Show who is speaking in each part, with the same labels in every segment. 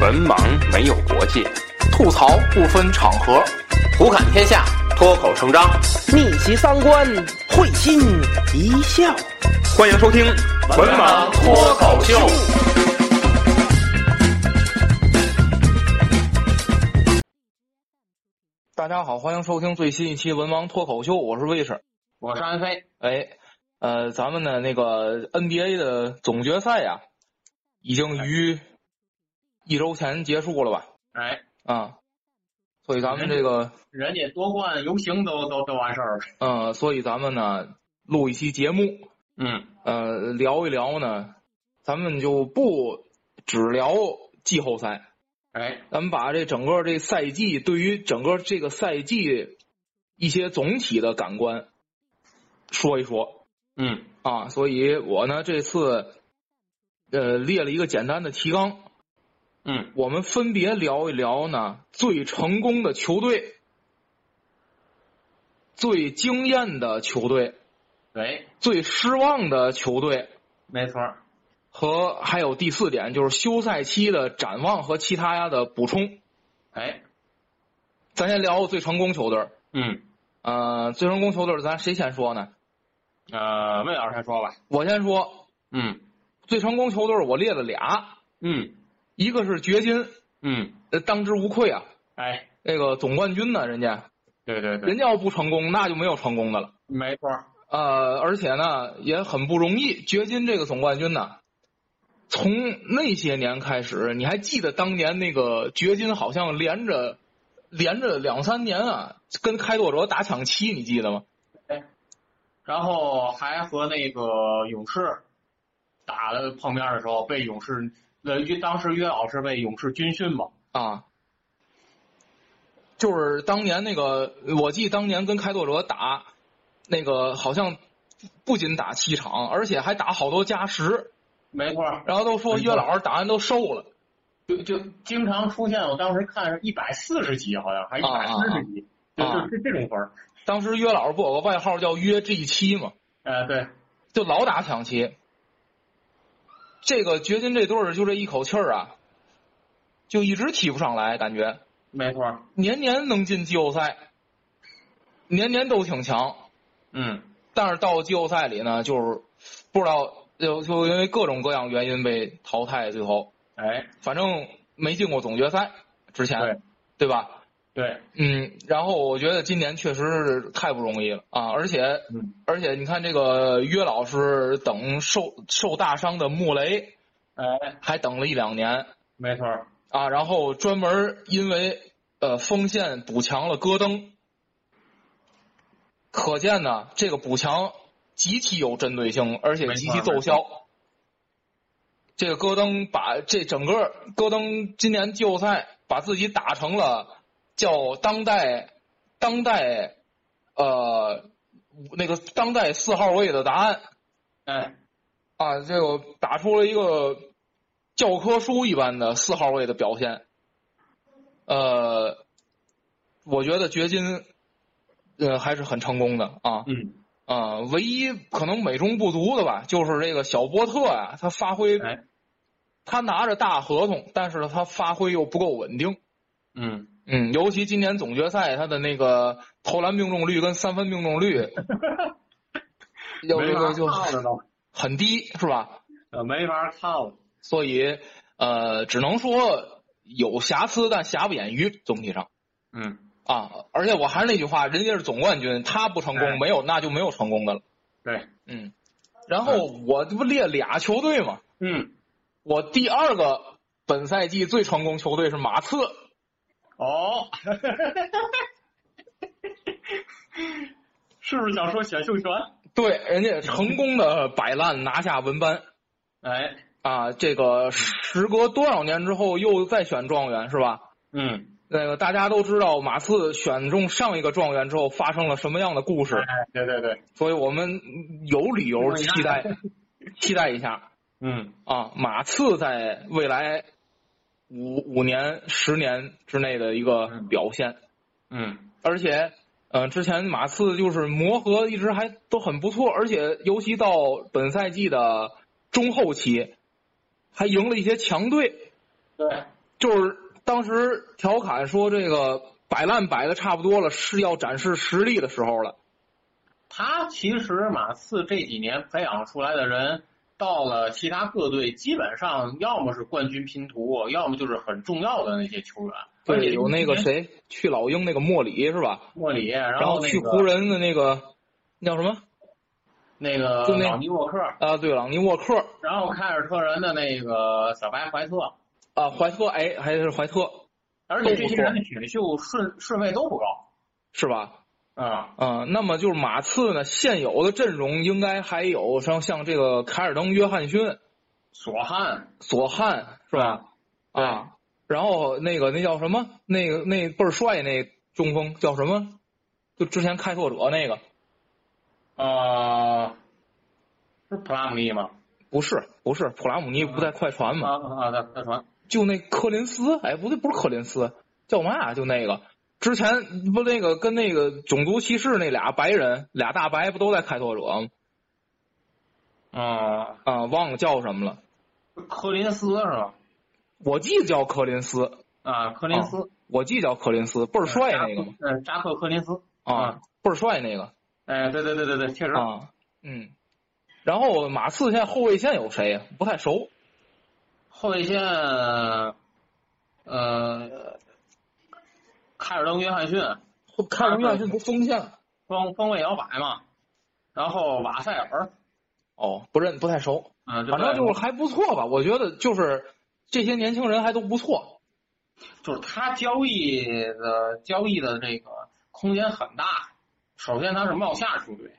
Speaker 1: 文盲没有国界，吐槽不分场合，胡侃天下，脱口成章。
Speaker 2: 逆袭三观，会心一笑。
Speaker 1: 欢迎收听《文盲脱口秀》。
Speaker 3: 大家好，欢迎收听最新一期《文盲脱口秀》，我是卫士。
Speaker 4: 我是安飞，
Speaker 3: 哎，呃，咱们的那个 NBA 的总决赛呀、已经于一周前结束了吧？
Speaker 4: 哎，
Speaker 3: 啊，所以咱们这个，
Speaker 4: 人家夺冠游行都都都完事儿了。
Speaker 3: 呃，所以咱们呢录一期节目，
Speaker 4: 嗯，
Speaker 3: 呃，聊一聊呢，咱们就不只聊季后赛，
Speaker 4: 哎，
Speaker 3: 咱们把这整个这赛季对于整个这个赛季一些总体的感官说一说。
Speaker 4: 嗯，
Speaker 3: 啊，所以我呢这次呃列了一个简单的提纲，
Speaker 4: 嗯，
Speaker 3: 我们分别聊一聊呢最成功的球队、最惊艳的球队、
Speaker 4: 对，
Speaker 3: 最失望的球队
Speaker 4: 没错儿，
Speaker 3: 和还有第四点就是休赛期的展望和其他的补充。
Speaker 4: 哎，
Speaker 3: 咱先聊最成功球队儿，
Speaker 4: 嗯，
Speaker 3: 呃，最成功球队儿咱谁先说呢？
Speaker 4: 呃，魏老师先说吧。
Speaker 3: 我先说
Speaker 4: 嗯，
Speaker 3: 最成功球队儿，我列了俩，
Speaker 4: 嗯，
Speaker 3: 一个是掘金，
Speaker 4: 嗯，
Speaker 3: 呃，当之无愧啊。
Speaker 4: 哎，
Speaker 3: 那个总冠军呢，人家
Speaker 4: 对对
Speaker 1: 嗯
Speaker 4: 对，
Speaker 3: 人家要不成功，那就没有成功的了。
Speaker 4: 没错儿，
Speaker 3: 呃，而且呢也很不容易，掘金这个总冠军呢，从那些年开始，你还记得当年那个掘金好像连着连着两三年啊，跟开拓者打抢七，你记得吗？
Speaker 4: 然后还和那个勇士打了碰面的时候，被勇士呃，当时约老师被勇士军训嘛。
Speaker 3: 啊，就是当年那个，我记当年跟开拓者打那个，好像不仅打七场，而且还打好多加时。
Speaker 4: 没错儿，
Speaker 3: 然后都说
Speaker 4: 没错
Speaker 3: 岳老师打完都瘦了
Speaker 4: 就就经常出现，我当时看是一百四十几，好像还一百四十几，就
Speaker 3: 啊
Speaker 4: 就这这种分儿。
Speaker 3: 当时岳老师不有个外号叫约 G 七嘛，
Speaker 4: 呃，对，
Speaker 3: 就老打抢七。这个掘金这队儿就这一口气儿啊，就一直提不上来，感觉
Speaker 4: 没错儿，
Speaker 3: 年年能进季后赛，年年都挺强，
Speaker 4: 嗯。
Speaker 3: 但是到季后赛里呢，就是不知道就就因为各种各样原因被淘汰，最后
Speaker 4: 哎，
Speaker 3: 反正没进过总决赛之前，
Speaker 4: 对
Speaker 3: 对吧？
Speaker 4: 对，
Speaker 3: 嗯，然后我觉得今年确实是太不容易了啊！而且，
Speaker 4: 嗯
Speaker 3: 而且你看这个约老师等受受大伤的穆雷
Speaker 4: 哎，
Speaker 3: 还等了一两年
Speaker 4: 没错儿，
Speaker 3: 啊，然后专门因为呃锋线补强了戈登，可见呢这个补强极其有针对性，而且
Speaker 4: 没错
Speaker 3: 极其奏效。这个戈登把这整个戈登今年季后赛把自己打成了叫当代当代呃那个当代四号位的答案
Speaker 4: 哎，
Speaker 3: 啊，这个打出了一个教科书一般的四号位的表现。呃，我觉得掘金呃还是很成功的啊
Speaker 4: 嗯，
Speaker 3: 啊，唯一可能美中不足的吧，就是这个小波特啊，他发挥
Speaker 4: 哎，
Speaker 3: 他拿着大合同，但是他发挥又不够稳定。
Speaker 4: 嗯，
Speaker 3: 嗯，尤其今年总决赛，他的那个投篮命中率跟三分命中 率要
Speaker 4: 没
Speaker 3: 这
Speaker 4: 法
Speaker 3: 个就
Speaker 4: 看了都，
Speaker 3: 很低，是吧？
Speaker 4: 呃，没法看了，
Speaker 3: 所以呃，只能说有瑕疵，但瑕不掩瑜，总体上
Speaker 4: 嗯，
Speaker 3: 啊。而且我还是那句话，人家是总冠军，他不成
Speaker 4: 哎
Speaker 3: 功，没有那就没有成功的了。
Speaker 4: 对，
Speaker 3: 嗯，然后我这不列俩球队嘛，
Speaker 4: 嗯，
Speaker 3: 我第二个本赛季最成功球队是马刺。
Speaker 4: 哦， 是不是想说选秀权？
Speaker 3: 对，人家成功的摆烂拿下文班
Speaker 4: 哎，
Speaker 3: 啊，这个时隔多少年之后又再选状元是吧？
Speaker 4: 嗯，
Speaker 3: 那个大家都知道马刺选中上一个状元之后发生了什么样的故事，
Speaker 4: 哎，对对对，
Speaker 3: 所以我们有理由期待期待一下
Speaker 4: 嗯，
Speaker 3: 啊，马刺在未来五五年、十年之内的一个表现，
Speaker 4: 嗯，
Speaker 3: 而且。呃，之前马刺就是磨合一直还都很不错，而且尤其到本赛季的中后期，还赢了一些强队，
Speaker 4: 对，
Speaker 3: 就是当时调侃说这个摆烂摆的差不多了，是要展示实力的时候了。
Speaker 4: 他其实马刺这几年培养出来的人，到了其他各队，基本上要么是冠军拼图，要么就是很重要的那些球员。而且
Speaker 3: 对，有那个谁去老鹰那个莫里是吧？
Speaker 4: 莫里，嗯然
Speaker 3: 然
Speaker 4: 后
Speaker 3: 后
Speaker 4: 那
Speaker 3: 去
Speaker 4: 个
Speaker 3: 湖人的那个那叫什么？
Speaker 4: 那个
Speaker 3: 就那
Speaker 4: 朗尼沃克，
Speaker 3: 啊，对，朗尼沃克
Speaker 4: 然后凯尔特人的那个小白怀特，
Speaker 3: 啊，怀特，哎，还是怀特
Speaker 4: 而
Speaker 3: 都
Speaker 4: 且
Speaker 3: 不
Speaker 4: 这些
Speaker 3: 错
Speaker 4: 人的选秀顺顺位都不高。
Speaker 3: 是吧？
Speaker 4: 啊、
Speaker 3: 啊、那么就是马刺呢，现有的阵容应该还有像像这个凯尔登、约翰逊、
Speaker 4: 索汉
Speaker 3: 索汉是吧？
Speaker 4: 对
Speaker 3: 啊，然后那个那叫什么？那个那倍儿帅那中锋叫什么？就之前开拓者那个
Speaker 4: 呃，是普拉姆利吗？
Speaker 3: 不是不是普拉姆尼不在快船吗？
Speaker 4: 啊啊，大大船
Speaker 3: 就那柯林斯，哎，不对，不是柯林斯，叫嘛、就那个之前不那个跟那个种族歧视那俩白人俩大白不都在开拓者吗？
Speaker 4: 啊，
Speaker 3: 啊，忘了叫什么了，
Speaker 4: 柯林斯是吧？
Speaker 3: 我记得叫柯林斯。
Speaker 4: 啊，柯林斯，
Speaker 3: 我记得叫柯林斯，倍儿帅那个嘛，
Speaker 4: 嗯，扎克柯林斯，
Speaker 3: 啊，倍儿帅那个
Speaker 4: 哎，对对对对对，确实，
Speaker 3: 啊，嗯。然后马刺现在后卫线有谁呀？不太熟
Speaker 4: 后卫线，呃，凯尔登·约翰逊，
Speaker 3: 后。
Speaker 4: 看着面
Speaker 3: 是不锋线
Speaker 4: 锋锋卫摇摆嘛，然后瓦塞尔，
Speaker 3: 哦，不认不太熟，
Speaker 4: 啊，对
Speaker 3: 反
Speaker 4: 不
Speaker 3: 正
Speaker 4: 对？
Speaker 3: 就是还不错吧。我觉得就是这些年轻人还都不错。
Speaker 4: 就是他交易的交易的这个空间很大。首先，他是冒下球队，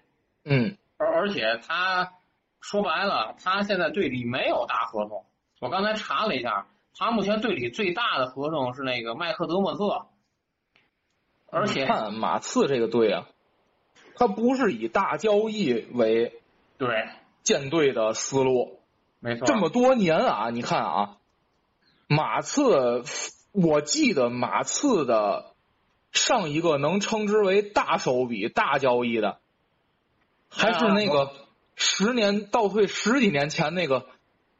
Speaker 3: 嗯，
Speaker 4: 而而且他说白了，他现在队里没有大合同。我刚才查了一下，他目前队里最大的合同是那个麦克德莫特，而且
Speaker 3: 你看马刺这个队啊，他不是以大交易为
Speaker 4: 对，
Speaker 3: 建队的思路，
Speaker 4: 没错，
Speaker 3: 这么多年啊，你看啊，马刺，我记得马刺的上一个能称之为大手笔、大交易的，还是那
Speaker 4: 哎
Speaker 3: 个十年倒退十几年前那个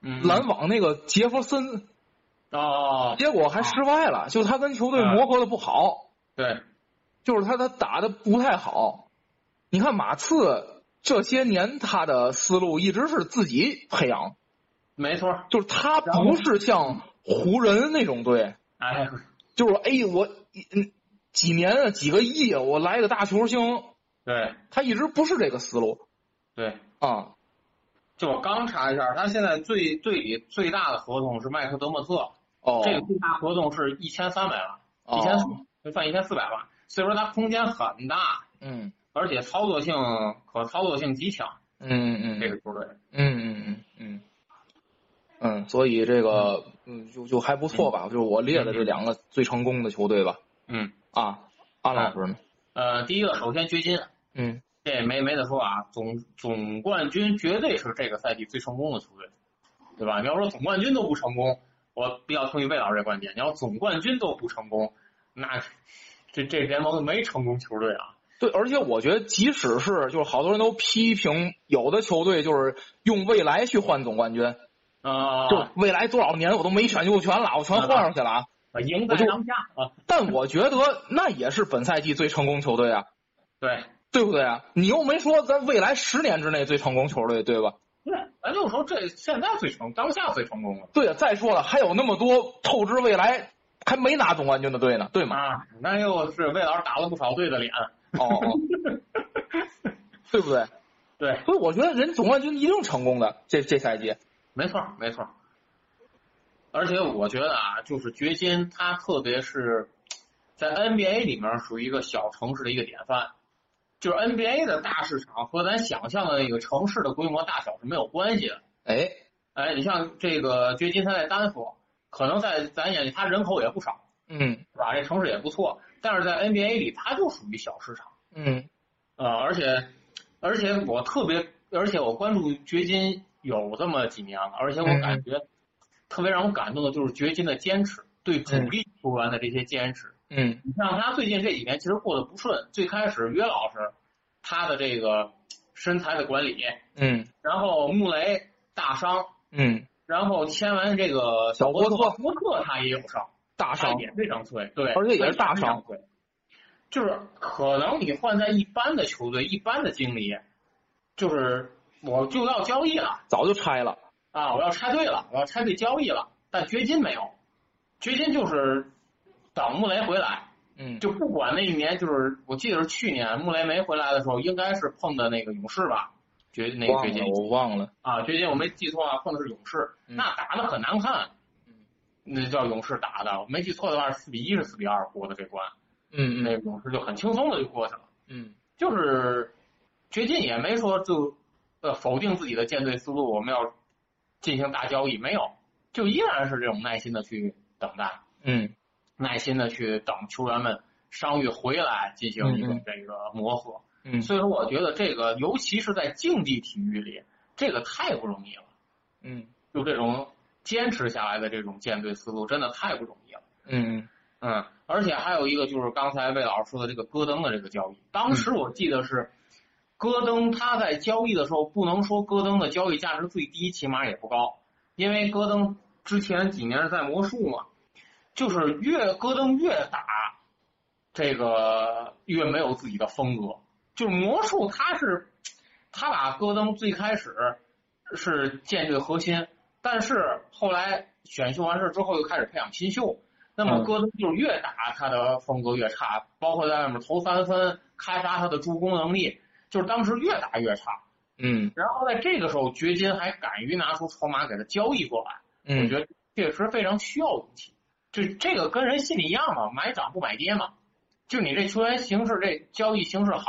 Speaker 4: 嗯
Speaker 3: 篮网那个杰弗森，
Speaker 4: 哦，
Speaker 3: 结果还失败了，就他跟球队
Speaker 4: 嗯
Speaker 3: 磨合的不好，
Speaker 4: 对，
Speaker 3: 就是他他打的不太好。你看马刺这些年他的思路一直是自己培养，
Speaker 4: 没错，
Speaker 3: 就是他
Speaker 4: 然后
Speaker 3: 不是像湖人那种队。
Speaker 4: 哎，
Speaker 3: 就是哎，我嗯几年啊，几个亿啊，我来个大球星，
Speaker 4: 对
Speaker 3: 他一直不是这个思路
Speaker 4: 对，
Speaker 3: 啊。
Speaker 4: 就我刚查一下，他现在最队里最大的合同是麦克德莫特，
Speaker 3: 哦，
Speaker 4: 这个最大合同是一千三百万，一千
Speaker 3: 哦，
Speaker 4: 就算一千四百万，所以说它空间很大，
Speaker 3: 嗯
Speaker 4: 而且操作性可操作性极强。
Speaker 3: 嗯嗯
Speaker 4: 这
Speaker 3: 嗯
Speaker 4: 个球队，
Speaker 3: 嗯嗯嗯嗯，所以这个嗯就就还不错吧，就是我列的这两个最成功的球队吧。
Speaker 4: 嗯，
Speaker 3: 啊，安老师呢？
Speaker 4: 呃，第一个首先掘金，
Speaker 3: 嗯
Speaker 4: 这也没没得说啊，总总冠军绝对是这个赛季最成功的球队，对吧？你要说总冠军都不成功，我比较同意魏老师这观点。你要总冠军都不成功，那这这联盟没成功球队啊。
Speaker 3: 对，而且我觉得，即使是就是好多人都批评有的球队就是用未来去换总冠军，
Speaker 4: 啊、
Speaker 3: 就是未来多少年我都没选秀权了，我全换上去了啊。
Speaker 4: 赢在
Speaker 3: 我就
Speaker 4: 当下啊，
Speaker 3: 但我觉得那也是本赛季最成功球队啊，
Speaker 4: 对。
Speaker 3: 对不对啊？你又没说咱未来十年之内最成功球队，对吧？
Speaker 4: 对，咱就说这现在最成，当下最成功了
Speaker 3: 对啊，再说了，还有那么多透支未来还没拿总冠军的队呢，对吗？
Speaker 4: 啊！那又是魏老师打了不少队的脸，
Speaker 3: 哦哦，对不对？
Speaker 4: 对，
Speaker 3: 所以我觉得人总冠军一定成功的，这这赛季，
Speaker 4: 没错儿，没错儿。而且我觉得啊，就是掘金，它特别是在 NBA 里面属于一个小城市的一个典范。就是 NBA 的大市场和咱想象的那个城市的规模大小是没有关系的。
Speaker 3: 哎，
Speaker 4: 哎，你像这个掘金，它在丹佛，可能在咱眼里它人口也不少，
Speaker 3: 嗯
Speaker 4: 是吧？这城市也不错，但是在 NBA 里它就属于小市场。
Speaker 3: 嗯
Speaker 4: 啊、而且而且我特别，而且我关注掘金有这么几年了，而且我
Speaker 3: 嗯
Speaker 4: 感觉特别让我感动的就是掘金的坚持，对主力球员的这些坚持。
Speaker 3: 嗯
Speaker 4: 你像他最近这几年其实过得不顺，最开始约老师他的这个身材的管理，
Speaker 3: 嗯
Speaker 4: 然后穆雷大伤，
Speaker 3: 嗯
Speaker 4: 然后签完这个
Speaker 3: 小
Speaker 4: 伯
Speaker 3: 波
Speaker 4: 特，
Speaker 3: 特
Speaker 4: 伯特他也有伤，
Speaker 3: 大
Speaker 4: 他
Speaker 3: 伤，
Speaker 4: 也非常脆，对，
Speaker 3: 而且也是大伤
Speaker 4: 他非常脆。就是可能你换在一般的球队、一般的经理，就是我就要交易了
Speaker 3: 早就拆了。
Speaker 4: 啊，我要拆队了，我要拆队交易了，但掘金没有，掘金就是等穆雷回来，
Speaker 3: 嗯，
Speaker 4: 就不管那一年，就是我记得是去年穆雷梅回来的时候，应该是碰的那个勇士吧，掘那个
Speaker 3: 忘
Speaker 4: 掘
Speaker 3: 了
Speaker 4: 金，
Speaker 3: 我忘了。
Speaker 4: 啊，掘金我没记错啊，碰的是勇士，
Speaker 3: 嗯
Speaker 4: 那打的很难看
Speaker 3: 嗯，
Speaker 4: 那叫勇士打的，我没记错的话是四比一是四比二过的这关，
Speaker 3: 嗯
Speaker 4: 那
Speaker 3: 嗯
Speaker 4: 个勇士就很轻松的就过去了，
Speaker 3: 嗯
Speaker 4: 就是掘金也没说就呃否定自己的建队思路，我们要进行大交易，没有，就依然是这种耐心的去等待。
Speaker 3: 嗯
Speaker 4: 耐心的去等球员们伤愈回来进行一个
Speaker 3: 嗯嗯
Speaker 4: 这个磨合。
Speaker 3: 嗯
Speaker 4: 所以说，我觉得这个，尤其是在竞技体育里，这个太不容易了。
Speaker 3: 嗯
Speaker 4: 就这种坚持下来的这种建队思路，真的太不容易了。
Speaker 3: 嗯
Speaker 4: 嗯，而且还有一个就是刚才魏老师说的这个戈登的这个交易，当时我记得是戈登他在交易的时候，不能说戈登的交易价值最低，起码也不高，因为戈登之前几年是在魔术嘛，就是越戈登越打这个越没有自己的风格，就是魔术他是他把戈登最开始是建这个核心，但是后来选秀完事之后又开始培养新秀。那么
Speaker 3: 嗯
Speaker 4: 戈登就是越打他的风格越差，包括在外面投三分、开发他的助攻能力，就是当时越打越差。
Speaker 3: 嗯
Speaker 4: 然后在这个时候，掘金还敢于拿出筹码给他交易过来，
Speaker 3: 嗯，
Speaker 4: 我觉得确实非常需要勇气。就这个跟人心里一样嘛，买涨不买跌嘛。就你这球员形式，这交易形式好，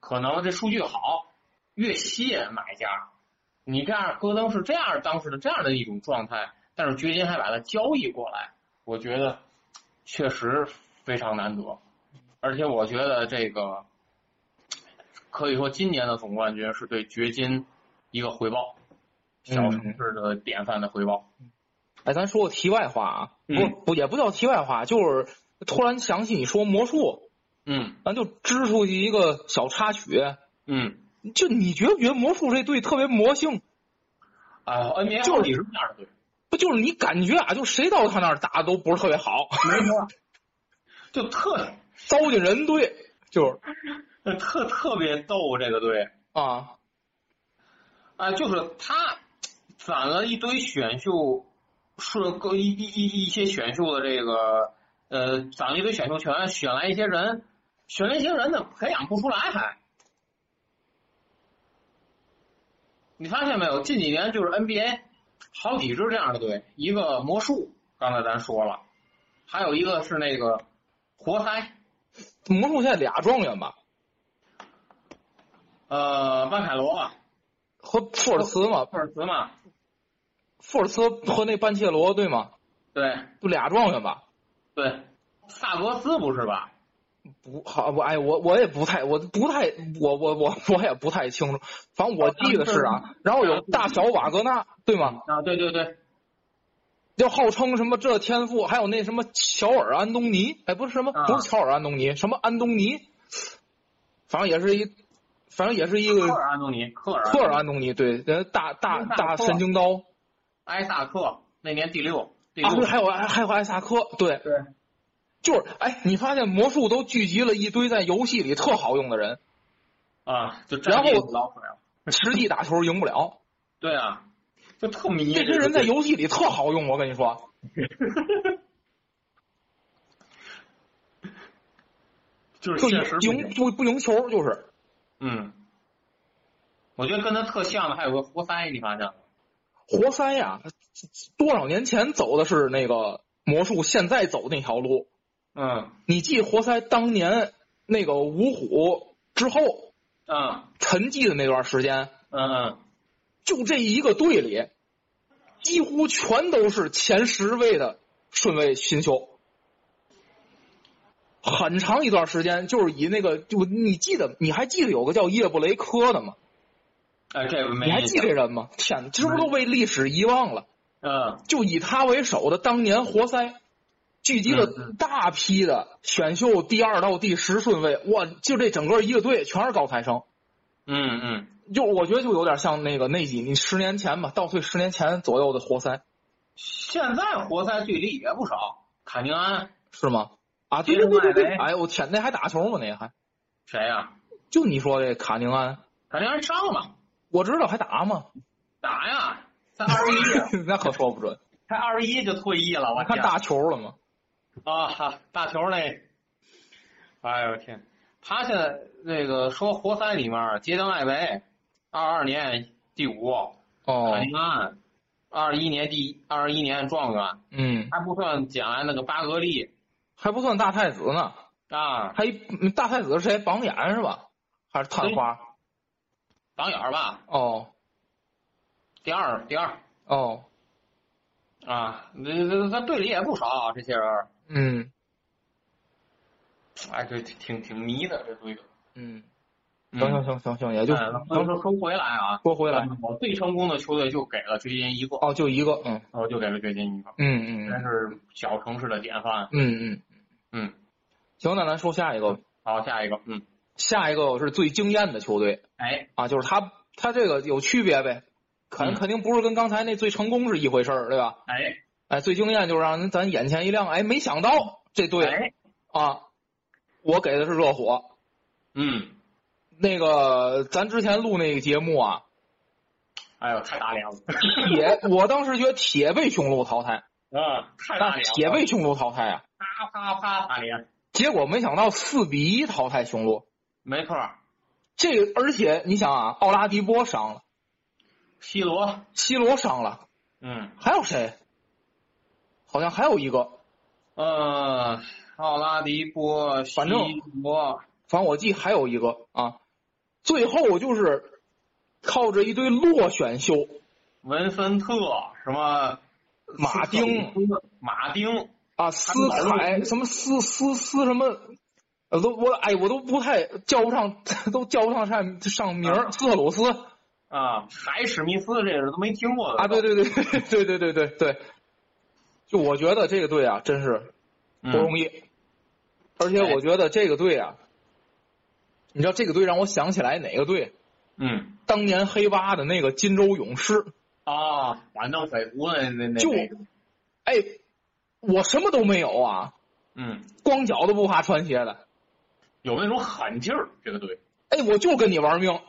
Speaker 4: 可能这数据好，越吸引买家。你这样，戈登是这样当时的这样的一种状态，但是掘金还把他交易过来，我觉得确实非常难得。而且我觉得这个可以说今年的总冠军是对掘金一个回报，小城市的典范的回报。
Speaker 3: 哎，咱说个题外话啊，
Speaker 4: 嗯
Speaker 3: 不不也不叫题外话，就是突然想起你说魔术，
Speaker 4: 嗯
Speaker 3: 咱就支出去一个小插曲。
Speaker 4: 嗯，
Speaker 3: 就你觉不觉得魔术这队特别魔性？
Speaker 4: 啊，NBA
Speaker 3: 就是
Speaker 4: 好几是这样的队，
Speaker 3: 不就是你感觉啊，就谁到他那儿打都不是特 别好，
Speaker 4: 没错，就特呃
Speaker 3: 糟践人队，就是
Speaker 4: 特特别逗这个队
Speaker 3: 啊，
Speaker 4: 啊，就是他攒了一堆选秀，顺各一一一一些选秀的这个呃，攒了一堆选秀权，选来一些人，选了一些人呢，培养不出来还。你发现没有？近几年就是 NBA 好几支这样的队，一个魔术，刚才咱说了，还有一个是那个活塞，
Speaker 3: 魔术现在俩状元吧，
Speaker 4: 呃，万凯罗嘛，
Speaker 3: 和富尔茨嘛，
Speaker 4: 库尔茨嘛，
Speaker 3: 富尔茨和那班切罗对吗？
Speaker 4: 对
Speaker 3: 就俩状元吧。
Speaker 4: 对，萨格斯不是吧？
Speaker 3: 不好，我哎，我我也不太，我不太，我我我我也不太清楚。反正我记得是嗯啊，然后有大小瓦格纳，对吗？
Speaker 4: 啊，对对对，
Speaker 3: 要号称什么这天赋，还有那什么乔尔安东尼，哎，不是什么，
Speaker 4: 啊
Speaker 3: 不是乔尔安东尼，什么安东尼，反正也是一，反正也是一
Speaker 4: 科
Speaker 3: 个
Speaker 4: 尔安东尼，科尔
Speaker 3: 科尔安东尼，对，呃大大
Speaker 4: 大
Speaker 3: 大
Speaker 4: 克
Speaker 3: 神经刀
Speaker 4: 埃萨克那年第六，第
Speaker 3: 啊，
Speaker 4: 六
Speaker 3: 对，，还有还有艾萨克，对，
Speaker 4: 对，
Speaker 3: 就是哎，你发现魔术都聚集了一堆在游戏里特好用的人，
Speaker 4: 啊，就
Speaker 3: 然后
Speaker 4: 老出来了，
Speaker 3: 实际打球赢不了，
Speaker 4: 对啊，就特迷
Speaker 3: 这些人在游戏里特好用，我跟你说。
Speaker 4: 就是
Speaker 3: 就
Speaker 4: 确实
Speaker 3: 赢不不赢球就是，
Speaker 4: 嗯，我觉得跟他特像的还有个活塞，你发现了吗？
Speaker 3: 活塞呀、多少年前走的是那个魔术，现在走那条路。
Speaker 4: 嗯
Speaker 3: 你记活塞当年那个五虎之后
Speaker 4: 嗯
Speaker 3: 沉寂的那段时间，
Speaker 4: 嗯嗯，
Speaker 3: 就这一个队里，几乎全都是前十位的顺位新秀。很长一段时间，就是以那个，就你记得，你还记得有个叫叶布雷科的吗？
Speaker 4: 哎，这个没
Speaker 3: 你还
Speaker 4: 印
Speaker 3: 记
Speaker 4: 象
Speaker 3: 这，人吗？天哪，这是不是都被历史遗忘了？
Speaker 4: 嗯
Speaker 3: 就以他为首的当年活塞，聚集了
Speaker 4: 嗯
Speaker 3: 大批的选秀第二到第十顺位，哇，就这整个一个队全是高材生，
Speaker 4: 嗯嗯，
Speaker 3: 就我觉得就有点像那个那几你十年前吧，倒退十年前左右的活塞
Speaker 4: 现在活塞队里也不少，卡宁安
Speaker 3: 是吗？啊，对
Speaker 4: 杰
Speaker 3: 对
Speaker 4: 伦
Speaker 3: 对对对，
Speaker 4: 麦雷
Speaker 3: 哎我天，那还打球吗？那还
Speaker 4: 谁呀、
Speaker 3: 就你说这卡宁安，
Speaker 4: 卡宁安伤了嘛？
Speaker 3: 我知道还打吗？
Speaker 4: 打呀，才二十一，
Speaker 3: 那可说不准，
Speaker 4: 才二十一就退役了，我
Speaker 3: 看
Speaker 4: 天
Speaker 3: 打球了吗？
Speaker 4: 啊，哈大球嘞！哎呦我天，他现在那个说活塞里面，杰登艾维二二年第五，
Speaker 3: 哦
Speaker 4: 卡，宁安二一年第二一年状元，
Speaker 3: 嗯，
Speaker 4: 还不算捡来那个巴格利
Speaker 3: 还不算大太子呢，
Speaker 4: 啊，
Speaker 3: 还一大太子是谁？榜眼是吧？还是探花？
Speaker 4: 榜眼儿吧，
Speaker 3: 哦
Speaker 4: 第二第二
Speaker 3: 哦，
Speaker 4: 啊，这这他队里也不少啊这些人儿，
Speaker 3: 嗯
Speaker 4: 哎，这挺挺迷的这队友。
Speaker 3: 嗯，哎
Speaker 4: 嗯
Speaker 3: 行行行行行，也就
Speaker 4: 哎所
Speaker 3: 能
Speaker 4: 以说说回来啊，
Speaker 3: 说回来。
Speaker 4: 我最成功的球队就给了掘金一个，
Speaker 3: 哦，就一个，嗯
Speaker 4: 我就给了掘金一个。
Speaker 3: 嗯嗯
Speaker 4: 真
Speaker 3: 嗯
Speaker 4: 是小城市的典范。
Speaker 3: 嗯嗯，
Speaker 4: 嗯，
Speaker 3: 行，那咱说下一个吧。
Speaker 4: 好，下一个，嗯，
Speaker 3: 下一个是最惊艳的球队
Speaker 4: 哎，
Speaker 3: 啊，就是他他这个有区别呗，肯
Speaker 4: 嗯
Speaker 3: 肯定不是跟刚才那最成功是一回事儿，对吧？
Speaker 4: 哎，
Speaker 3: 哎，最惊艳就是让人咱眼前一亮，哎，没想到这队
Speaker 4: 哎，
Speaker 3: 啊，我给的是热火，
Speaker 4: 嗯，
Speaker 3: 那个咱之前录那个节目啊，
Speaker 4: 哎呦，太打脸了，
Speaker 3: 铁，我当时觉得铁被雄鹿淘汰，
Speaker 4: 啊，太
Speaker 3: 但
Speaker 4: 打脸了，
Speaker 3: 铁被雄鹿淘汰啊，
Speaker 4: 啪啪啪打脸，
Speaker 3: 结果没想到四比一淘汰雄鹿，
Speaker 4: 没错儿，
Speaker 3: 这个而且你想啊，奥拉迪波伤了，
Speaker 4: 西罗，
Speaker 3: 西罗伤了，
Speaker 4: 嗯，
Speaker 3: 还有谁？好像还有一个，
Speaker 4: 呃，奥拉迪波，西
Speaker 3: 反正
Speaker 4: 罗，
Speaker 3: 反正我记得还有一个啊，最后就是靠着一堆落选秀，
Speaker 4: 文森特，什么
Speaker 3: 马丁
Speaker 4: 斯科马丁，
Speaker 3: 啊，斯凯什么斯斯斯什么，呃，都我哎，我都不太叫不上， 都叫不上上上名儿。
Speaker 4: 啊
Speaker 3: 斯特鲁斯
Speaker 4: 啊，海史密斯，这人都没听过的
Speaker 3: 啊，对，对对 对对对对对，就我觉得这个队啊，真是
Speaker 4: 嗯
Speaker 3: 不容易，而且我觉得这个队啊，你知道这个队让我想起来哪个队？
Speaker 4: 嗯，
Speaker 3: 当年黑八的那个金州勇士，
Speaker 4: 啊，反正匪徒那那那，
Speaker 3: 就
Speaker 4: 那个
Speaker 3: 哎，我什么都没有啊，
Speaker 4: 嗯，
Speaker 3: 光脚都不怕穿鞋的，
Speaker 4: 有那种狠劲儿，这个队，
Speaker 3: 哎，我就跟你玩命，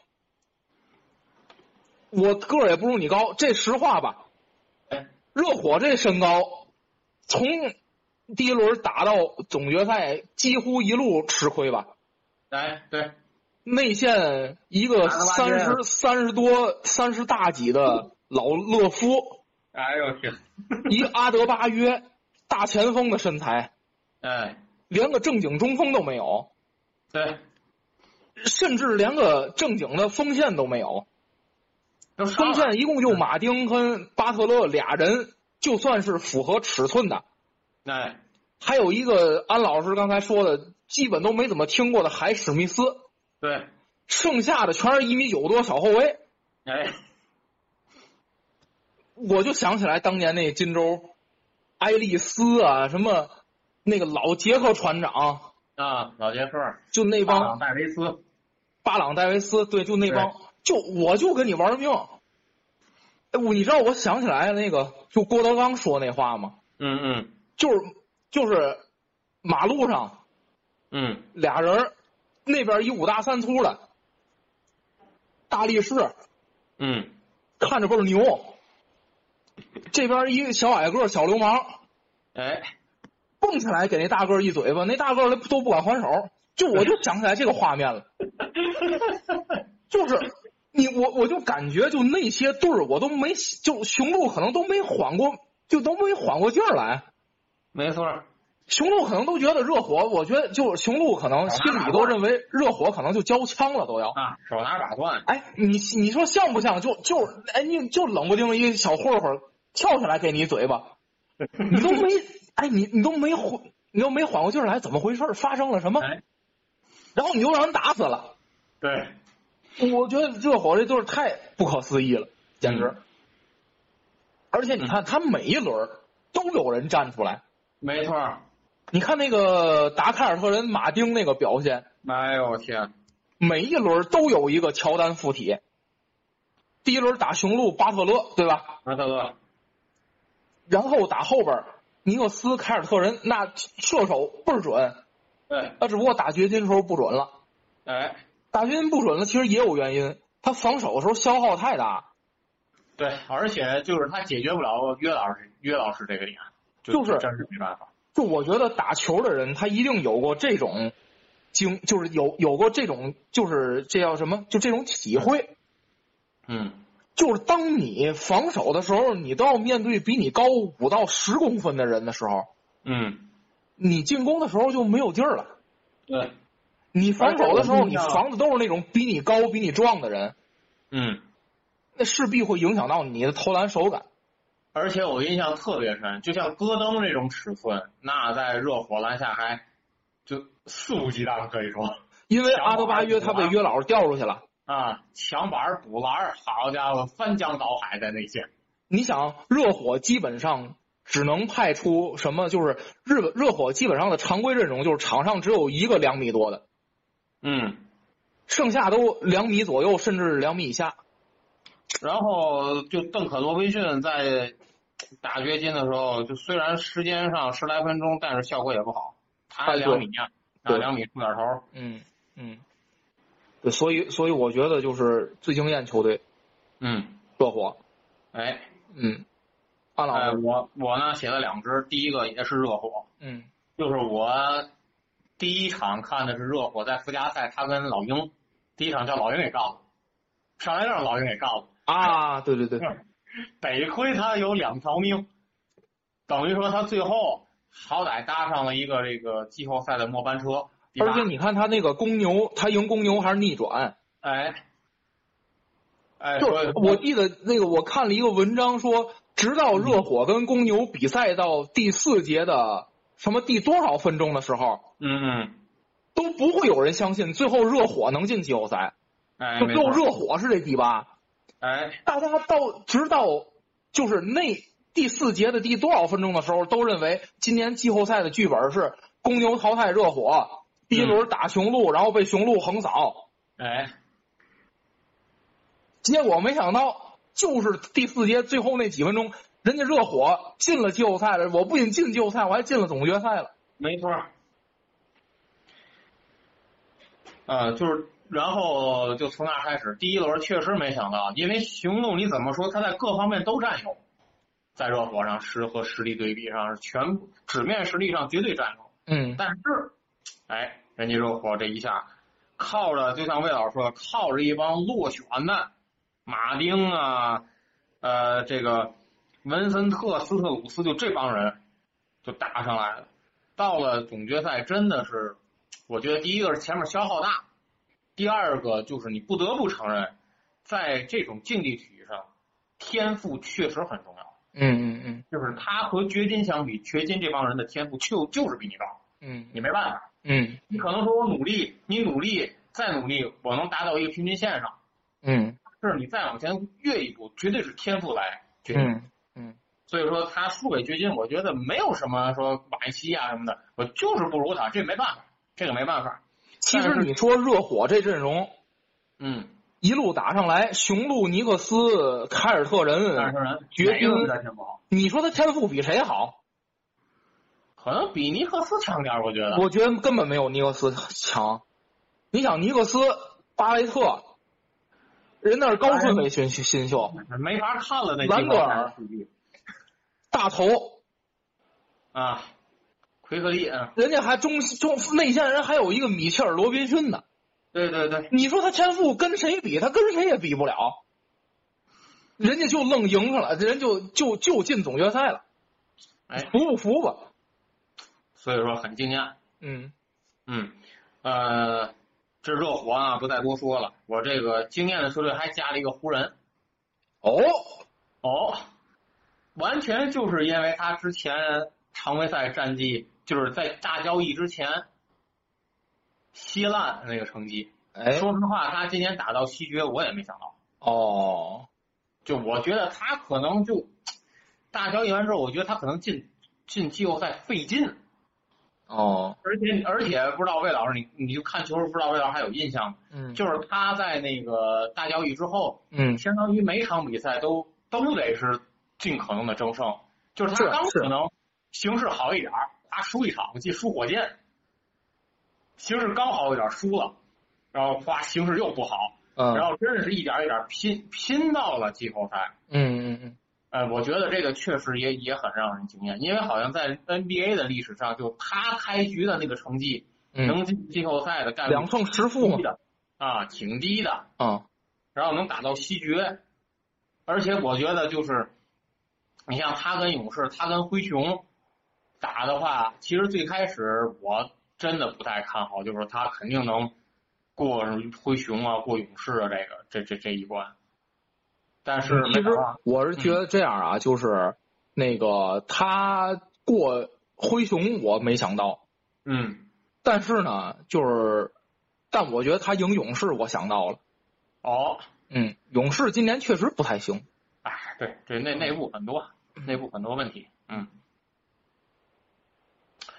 Speaker 3: 我个儿也不如你高，这实话吧。
Speaker 4: 哎，
Speaker 3: 热火这身高，从第一轮打到总决赛，几乎一路吃亏吧。
Speaker 4: 哎，对，
Speaker 3: 内线一个
Speaker 4: 拿了八
Speaker 3: 三
Speaker 4: 分
Speaker 3: 十三十多三十大几的老勒夫，
Speaker 4: 哎呦我去，
Speaker 3: 一个阿德巴约，大前锋的身材，
Speaker 4: 哎，
Speaker 3: 连个正经中锋都没有，
Speaker 4: 对，
Speaker 3: 甚至连个正经的锋线都没有。
Speaker 4: 都上
Speaker 3: 锋
Speaker 4: 了
Speaker 3: 线一共就马丁跟巴特勒俩人，就算是符合尺寸的，
Speaker 4: 哎，
Speaker 3: 还有一个安老师刚才说的，基本都没怎么听过的海史密斯，
Speaker 4: 对，
Speaker 3: 剩下的全是一米九多小后卫。
Speaker 4: 哎，
Speaker 3: 我就想起来当年那金州，埃利斯啊，什么那个老杰克船长，
Speaker 4: 啊，老杰克，
Speaker 3: 就那
Speaker 4: 巴
Speaker 3: 帮
Speaker 4: 朗戴维斯，
Speaker 3: 巴朗戴维斯，对，就那帮，就我就跟你玩命。哎，我你知道我想起来那个，就郭德纲说那话吗？
Speaker 4: 嗯嗯
Speaker 3: 就是就是马路上
Speaker 4: 嗯，
Speaker 3: 俩人儿，那边一五大三粗的，大力士
Speaker 4: 嗯，
Speaker 3: 看着倍儿牛，这边一个小矮个儿小流氓
Speaker 4: 哎，
Speaker 3: 蹦起来给那大个儿一嘴巴，那大个儿都不敢还手，就我就想起来这个画面了，就是你我我就感觉就那些队儿我都没就雄鹿可能都没缓过就都没缓过劲儿来。
Speaker 4: 没错儿，
Speaker 3: 雄鹿可能都觉得热火，我觉得就雄鹿可能心里都认为热火可能就交枪了，都要。
Speaker 4: 啊，手拿把攥，
Speaker 3: 哎，你你说像不像？就就哎，你就冷不丁一小混混跳下来给你一嘴 巴，你都没哎，你你都没缓，你都没缓过劲儿来，怎么回事儿？发生了什么？
Speaker 4: 哎，
Speaker 3: 然后你就让人打死了。
Speaker 4: 对，
Speaker 3: 我觉得热火这队儿太不可思议了，简直。
Speaker 4: 嗯
Speaker 3: 而且你看，他每一轮儿都有人站出来。
Speaker 4: 没错儿，
Speaker 3: 你看那个达喀尔特人马丁那个表现，
Speaker 4: 哎呦我天，
Speaker 3: 每一轮儿都有一个乔丹附体，第一轮打雄鹿巴特勒，对吧？
Speaker 4: 马特勒，
Speaker 3: 然后打后边儿尼克斯凯尔特人，那射手倍儿准，
Speaker 4: 对，
Speaker 3: 那只不过打掘金的时候不准了。
Speaker 4: 哎，
Speaker 3: 打掘金不准了，其实也有原因，他防守的时候消耗太大，
Speaker 4: 对，而且就是他解决不了约老师约老师这个点，就
Speaker 3: 就是
Speaker 4: 真是没办法。
Speaker 3: 就我觉得打球的人，他一定有过这种经，就是有有过这种，就是这叫什么？就这种体会，
Speaker 4: 嗯，
Speaker 3: 就是当你防守的时候，你都要面对比你高五到十公分的人的时候，
Speaker 4: 嗯，
Speaker 3: 你进攻的时候就没有劲儿了。
Speaker 4: 对，
Speaker 3: 你防守的时
Speaker 4: 而且
Speaker 3: 候，
Speaker 4: 我印
Speaker 3: 你
Speaker 4: 象
Speaker 3: 防的都是那种比你高、比你壮的人，
Speaker 4: 嗯，
Speaker 3: 那势必会影响到你的投篮手感。
Speaker 4: 而且我印象特别深，就像戈登这种尺寸，那在热火篮下还就肆无忌惮，可以说
Speaker 3: 因为阿德巴约他被约老师调出去了，
Speaker 4: 啊，抢板补篮，好家伙，翻江倒海在内线。
Speaker 3: 你想热火基本上只能派出什么？就是日本热火基本上的常规阵容就是场上只有一个两米多的，
Speaker 4: 嗯，
Speaker 3: 剩下都两米左右，甚至两米以下。
Speaker 4: 然后就邓肯罗宾逊在打掘金的时候，就虽然时间上十来分钟，但是效果也不好，他
Speaker 3: 哎对
Speaker 4: 两米啊，啊
Speaker 3: 对
Speaker 4: 两米出点头，
Speaker 3: 嗯嗯，对，所以所以我觉得就是最惊艳球队
Speaker 4: 嗯，
Speaker 3: 热火。
Speaker 4: 哎，
Speaker 3: 嗯，安老
Speaker 4: 哎，
Speaker 3: 师，
Speaker 4: 我我呢写了两支，第一个也是热火，
Speaker 3: 嗯
Speaker 4: 就是我第一场看的是热火在附加赛，他跟老鹰，第一场叫老鹰给告了，上来让老鹰给告了，
Speaker 3: 啊，对对对，
Speaker 4: 得亏他有两条命，等于说他最后好歹搭上了一个这个季后赛的末班车。第八
Speaker 3: 而且你看他那个公牛，他赢公牛还是逆转，
Speaker 4: 哎，哎，
Speaker 3: 就
Speaker 4: 所以
Speaker 3: 我记得那个，我看了一个文章说，直
Speaker 4: 嗯
Speaker 3: 到热火跟公牛比赛到第四节的什么第多少分钟的时候，
Speaker 4: 嗯嗯，
Speaker 3: 都不会有人相信最后热火能进季后赛，
Speaker 4: 哎，
Speaker 3: 就
Speaker 4: 没
Speaker 3: 只有
Speaker 4: 错
Speaker 3: 热火是这第八。
Speaker 4: 哎，
Speaker 3: 大家到直到就是那第四节的第多少分钟的时候，都认为今年季后赛的剧本是公牛淘汰热火，第一
Speaker 4: 嗯
Speaker 3: 轮打雄鹿，然后被雄鹿横扫。
Speaker 4: 哎，
Speaker 3: 结果没想到，就是第四节最后那几分钟，人家热火进了季后赛了。我不仅进季后赛，我还进了总决赛了。
Speaker 4: 没错儿。啊，就是，然后就从那开始，第一轮确实没想到，因为行动你怎么说，他在各方面都占有，在热火上实和实力对比上是全纸面实力上绝对占有，
Speaker 3: 嗯，
Speaker 4: 但是，哎，人家热火这一下靠着，就像魏老师说的，靠着一帮落选的马丁啊，呃，这个文森特、斯特鲁斯，就这帮人就打上来了。到了总决赛，真的是，我觉得第一个是前面消耗大，第二个就是你不得不承认，在这种竞技体育上，天赋确实很重要。
Speaker 3: 嗯嗯嗯
Speaker 4: 就是他和掘金相比，掘金这帮人的天赋就就是比你高，
Speaker 3: 嗯
Speaker 4: 你没办法。
Speaker 3: 嗯
Speaker 4: 你可能说我努力，你努力再努力，我能达到一个平均线上，
Speaker 3: 嗯
Speaker 4: 但是你再往前越一步，绝对是天赋来决定。
Speaker 3: 嗯
Speaker 4: 所以说他输给掘金，我觉得没有什么说惋惜啊什么的，我就是不如他，这没办法，这个没办法。
Speaker 3: 其实你说热火这阵容
Speaker 4: 嗯，
Speaker 3: 一路打上来，雄鹿、尼克斯、凯尔特
Speaker 4: 但是
Speaker 3: 人，
Speaker 4: 人
Speaker 3: 掘金
Speaker 4: 哪个比他天赋好，
Speaker 3: 你说他天赋比谁好？
Speaker 4: 可能比尼克斯强点儿，我觉得。
Speaker 3: 我觉得根本没有尼克斯强。你想尼克斯、巴雷特，人那是高顺位新新秀，
Speaker 4: 没法看了那
Speaker 3: 兰
Speaker 4: 季
Speaker 3: 德
Speaker 4: 后赛
Speaker 3: 尔
Speaker 4: 数据
Speaker 3: 大头
Speaker 4: 啊，奎克利，嗯，
Speaker 3: 人家还中中内线人还有一个米切尔·罗宾逊呢。
Speaker 4: 对对对，
Speaker 3: 你说他天赋跟谁比？他跟谁也比不了。人家就愣赢上了，人就就就进总决赛了。
Speaker 4: 哎
Speaker 3: 服不服吧？
Speaker 4: 所以说很惊讶。
Speaker 3: 嗯
Speaker 4: 嗯，呃，这热火啊，不再多说了。我这个惊艳的球队还加了一个湖人
Speaker 3: 哦，
Speaker 4: 哦，完全就是因为他之前常规赛战绩就是在大交易之前稀烂那个成绩。
Speaker 3: 哎
Speaker 4: 说实话，他今年打到西决，我也没想到。
Speaker 3: 哦，
Speaker 4: 就我觉得他可能就大交易完之后，我觉得他可能进进季后赛费劲。
Speaker 3: 哦，
Speaker 4: 而且而且不知道魏老师你你就看球不知道魏老师还有印象吗？
Speaker 3: 嗯
Speaker 4: 就是他在那个大交易之后，
Speaker 3: 嗯，
Speaker 4: 相当于每场比赛都都得是尽可能的争胜，就是
Speaker 3: 是
Speaker 4: 他刚
Speaker 3: 是
Speaker 4: 可能形势好一点儿，他输一场，我记得输火箭，形势刚好一点儿输了，然后哗形势又不好，
Speaker 3: 嗯
Speaker 4: 然后真是一点儿一点儿拼拼到了季后赛。
Speaker 3: 嗯嗯嗯，
Speaker 4: 呃，我觉得这个确实也也很让人惊艳，因为好像在 NBA 的历史上，就他开局的那个成绩，
Speaker 3: 嗯
Speaker 4: 能进季后赛的概率
Speaker 3: 两胜十负
Speaker 4: 挺
Speaker 3: 嘛
Speaker 4: 低，的啊，挺低的。
Speaker 3: 啊，
Speaker 4: 然后能打到西决，而且我觉得就是，你像他跟勇士，他跟灰熊打的话，其实最开始我真的不太看好，就是说他肯定能过灰熊啊，过勇士啊这个这这这一关。但是
Speaker 3: 嗯其
Speaker 4: 没
Speaker 3: 实
Speaker 4: 办法，
Speaker 3: 我是觉得这样啊，就是那个他过灰熊，我没想到，
Speaker 4: 嗯，
Speaker 3: 但是呢，就是，但我觉得他赢勇士，我想到了，
Speaker 4: 哦，
Speaker 3: 嗯，勇士今年确实不太行，
Speaker 4: 哎，对对，
Speaker 3: 嗯
Speaker 4: 内内部很多啊内部很多问题，嗯，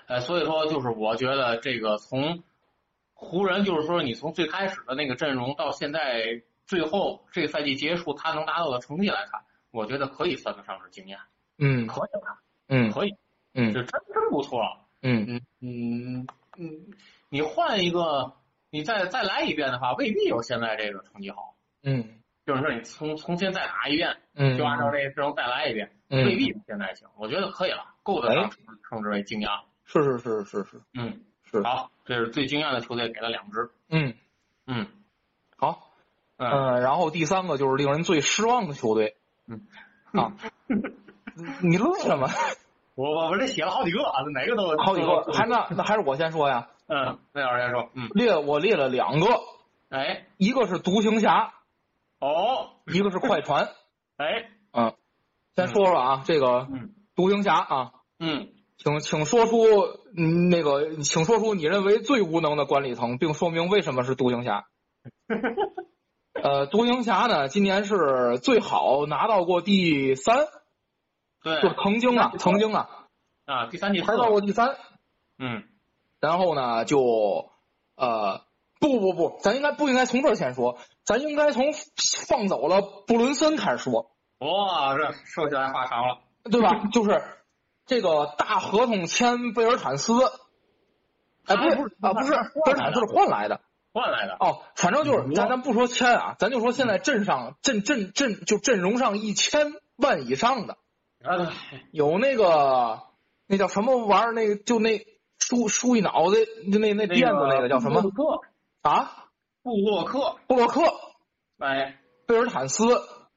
Speaker 4: 呃，所以说就是我觉得这个从湖人，就是说你从最开始的那个阵容到现在最后这个赛季结束，他能达到的成绩来看，我觉得可以算得上是经验，
Speaker 3: 嗯
Speaker 4: 可以吧？
Speaker 3: 嗯
Speaker 4: 可以，
Speaker 3: 嗯
Speaker 4: 这真真不错了。
Speaker 3: 嗯，
Speaker 4: 嗯嗯嗯，你换一个，你再再来一遍的话，未必有现在这个成绩好。
Speaker 3: 嗯
Speaker 4: 就是说你从重新再打一遍，
Speaker 3: 嗯，
Speaker 4: 就按照这个阵容再来一遍。
Speaker 3: 嗯哎
Speaker 4: 未必现在行，我觉得可以了，够得上称之为惊讶了。
Speaker 3: 是是是是是
Speaker 4: 嗯，
Speaker 3: 是，
Speaker 4: 好，这是最惊讶的球队，给了两支。
Speaker 3: 嗯
Speaker 4: 嗯
Speaker 3: 好，
Speaker 4: 嗯，
Speaker 3: 嗯，然后第三个就是令人最失望的球队，
Speaker 4: 嗯
Speaker 3: 啊， 你你乐什 么？
Speaker 4: 我我我这写了好几个啊，哪个都
Speaker 3: 好几个，还
Speaker 4: 能
Speaker 3: 那那还是我先说呀，
Speaker 4: 嗯，魏老师先说，嗯，
Speaker 3: 列我列了两个，
Speaker 4: 哎，
Speaker 3: 一个是独行侠，
Speaker 4: 哦，
Speaker 3: 一个是快船。
Speaker 4: 哎，
Speaker 3: 嗯，先说说啊，这个
Speaker 4: 嗯
Speaker 3: 独行侠啊，
Speaker 4: 嗯，
Speaker 3: 请请说出嗯那个，请说出你认为最无能的管理层，并说明为什么是独行侠。呃，独行侠呢，今年是最好拿到过第三，
Speaker 4: 对
Speaker 3: 就曾经啊，曾经啊，
Speaker 4: 啊，第三季
Speaker 3: 排到过第三。
Speaker 4: 嗯，
Speaker 3: 然后呢，就呃，不不不，咱应该不应该从这儿先说，咱应该从放走了布伦森开始说。
Speaker 4: 哇，这说起来话长了。
Speaker 3: 对吧？就是这个大合同签贝尔坦斯，哎，不是啊，不是贝尔坦斯是换来的
Speaker 4: 换来的，
Speaker 3: 哦。反正就是
Speaker 4: 嗯
Speaker 3: 咱咱不说签啊，咱就说现在阵上阵阵阵就阵容上一千万以上的
Speaker 4: 啊，
Speaker 3: 有那个那叫什么玩意儿，那个就那梳梳一脑袋就那那
Speaker 4: 那
Speaker 3: 垫子那个叫什么
Speaker 4: 布洛克，
Speaker 3: 啊？
Speaker 4: 布洛克，
Speaker 3: 布洛克、
Speaker 4: 哎，
Speaker 3: 贝尔坦斯、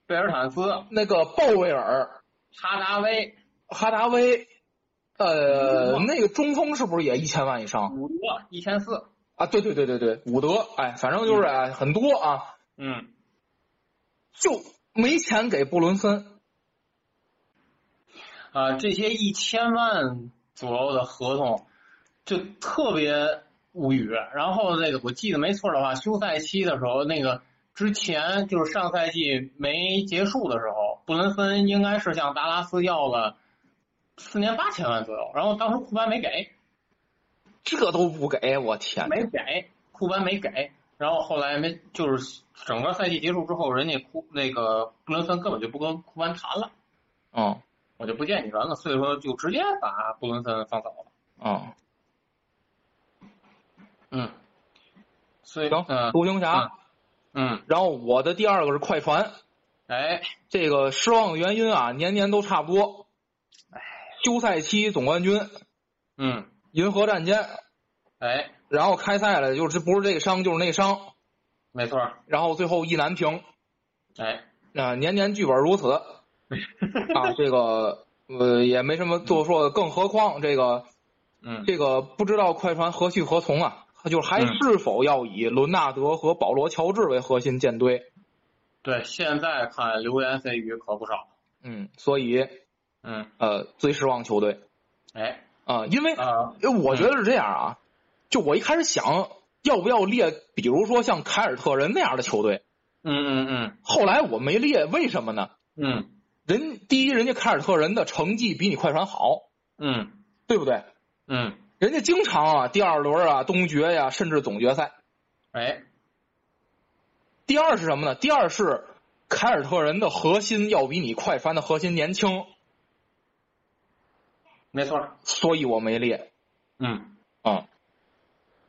Speaker 4: 贝尔坦斯，
Speaker 3: 那个鲍威尔、
Speaker 4: 哈达威，
Speaker 3: 哈达威，呃，
Speaker 4: 嗯
Speaker 3: 那个中锋是不是也一千万以上？
Speaker 4: 伍德一千四，
Speaker 3: 啊，对对对对对，伍德，哎，反正就是哎，很多啊，
Speaker 4: 嗯，
Speaker 3: 就没钱给布伦森。
Speaker 4: 啊，这些一千万左右的合同就特别无语。然后那个我记得没错的话，休赛期的时候，那个之前就是上赛季没结束的时候，布伦森应该是向达拉斯要了四年八千万左右，然后当时库班没给，
Speaker 3: 这都不给，我天！
Speaker 4: 没给，库班没给。然后后来没，就是整个赛季结束之后，人家库那个布伦森根本就不跟库班谈了，
Speaker 3: 嗯
Speaker 4: 我就不见你人了，所以说就直接把布伦森放走了。
Speaker 3: 嗯，
Speaker 4: 嗯，所以
Speaker 3: 行，
Speaker 4: 嗯
Speaker 3: 独行侠。
Speaker 4: 嗯，
Speaker 3: 然后我的第二个是快船，
Speaker 4: 哎，
Speaker 3: 这个失望的原因啊，年年都差不多。休赛期总冠军，
Speaker 4: 嗯，
Speaker 3: 银河战舰，
Speaker 4: 哎，
Speaker 3: 然后开赛了就是不是这个伤就是那个伤，
Speaker 4: 没错儿，
Speaker 3: 然后最后意难平，
Speaker 4: 哎，
Speaker 3: 啊，年年剧本如此啊，这个呃也没什么做说的，更何况这个
Speaker 4: 嗯，
Speaker 3: 这个不知道快船何去何从啊，就是还是否要以伦纳德和保罗乔治为核心舰队？
Speaker 4: 对，现在看流言蜚语可不少，
Speaker 3: 嗯，所以
Speaker 4: 嗯，
Speaker 3: 呃，最失望球队
Speaker 4: 哎，
Speaker 3: 啊、因为、
Speaker 4: 啊，
Speaker 3: 因为我觉得是这样啊，就我一开始想要不要列，比如说像凯尔特人那样的球队，
Speaker 4: 嗯嗯嗯
Speaker 3: 后来我没列，为什么呢？
Speaker 4: 嗯
Speaker 3: 人第一，人家凯尔特人的成绩比你快船好，
Speaker 4: 嗯
Speaker 3: 对不对？
Speaker 4: 嗯，
Speaker 3: 人家经常啊，第二轮啊，东决呀、甚至总决赛。
Speaker 4: 哎，
Speaker 3: 第二是什么呢？第二是凯尔特人的核心要比你快船的核心年轻，
Speaker 4: 没错儿，
Speaker 3: 所以我没列。
Speaker 4: 嗯，
Speaker 3: 嗯，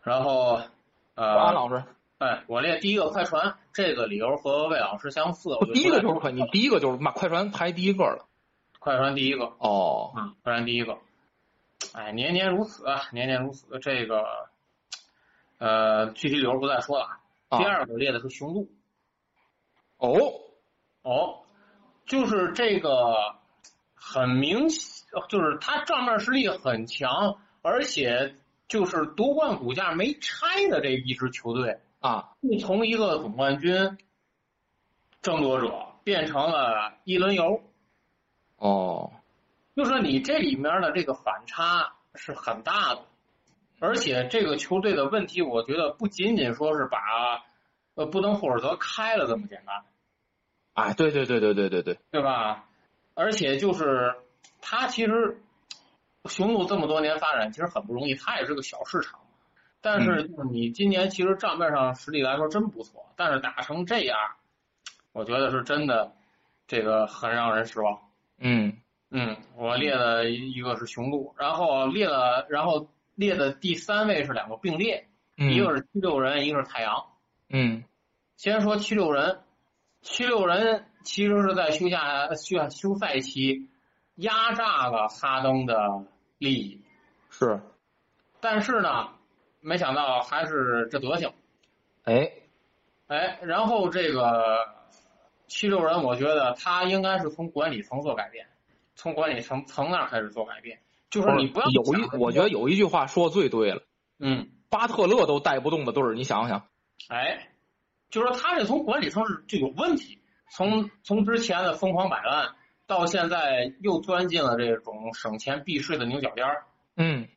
Speaker 4: 然后
Speaker 3: 安
Speaker 4: 呃，
Speaker 3: 老师，
Speaker 4: 哎，我列第一个快船，这个理由和魏老师相似，我
Speaker 3: 我
Speaker 4: 就
Speaker 3: 哦第一
Speaker 4: 说
Speaker 3: 个就是快，你第一个就是马快船排第一个了。
Speaker 4: 快船第一个，
Speaker 3: 哦，
Speaker 4: 嗯，快船第一个，哎，年年如此啊，年年如此，这个呃，具体理由不再说了啊。
Speaker 3: 啊
Speaker 4: 第二个列的是雄鹿，
Speaker 3: 哦，
Speaker 4: 哦，就是这个很明显，就是他账面实力很强，而且就是夺冠骨架没拆的这一支球队，
Speaker 3: 啊，
Speaker 4: 就从一个总冠军争夺者变成了一轮游，
Speaker 3: 哦，
Speaker 4: 就说你这里面的这个反差是很大的，而且这个球队的问题，我觉得不仅仅说是把呃布登霍尔德开了这么简单。
Speaker 3: 哎，对对对对对对对，
Speaker 4: 对吧？而且就是他其实雄鹿这么多年发展其实很不容易，他也是个小市场嘛。但是就是你今年其实账面上实力来说真不错，但是打成这样，我觉得是真的这个很让人失望。
Speaker 3: 嗯，
Speaker 4: 嗯，我列的一个是雄鹿，然后列了，然后列的第三位是两个并列，
Speaker 3: 嗯
Speaker 4: 一个是七六人，一个是太阳。
Speaker 3: 嗯
Speaker 4: 先说七六人，七六人其实是在休假休休赛期压榨了哈登的利益，
Speaker 3: 是，
Speaker 4: 但是呢，没想到还是这德行。
Speaker 3: 哎，
Speaker 4: 哎，然后这个七六人，我觉得他应该是从管理层做改变，从管理层层那儿开始做改变，就是你不要
Speaker 3: 有
Speaker 4: 想
Speaker 3: 一，我觉得有一句话说最对了，
Speaker 4: 嗯，
Speaker 3: 巴特勒都带不动的队儿，你想想，
Speaker 4: 哎，就是说他这从管理层是就有问题，从从之前的疯狂摆烂，到现在又钻进了这种省钱避税的牛角尖儿，
Speaker 3: 嗯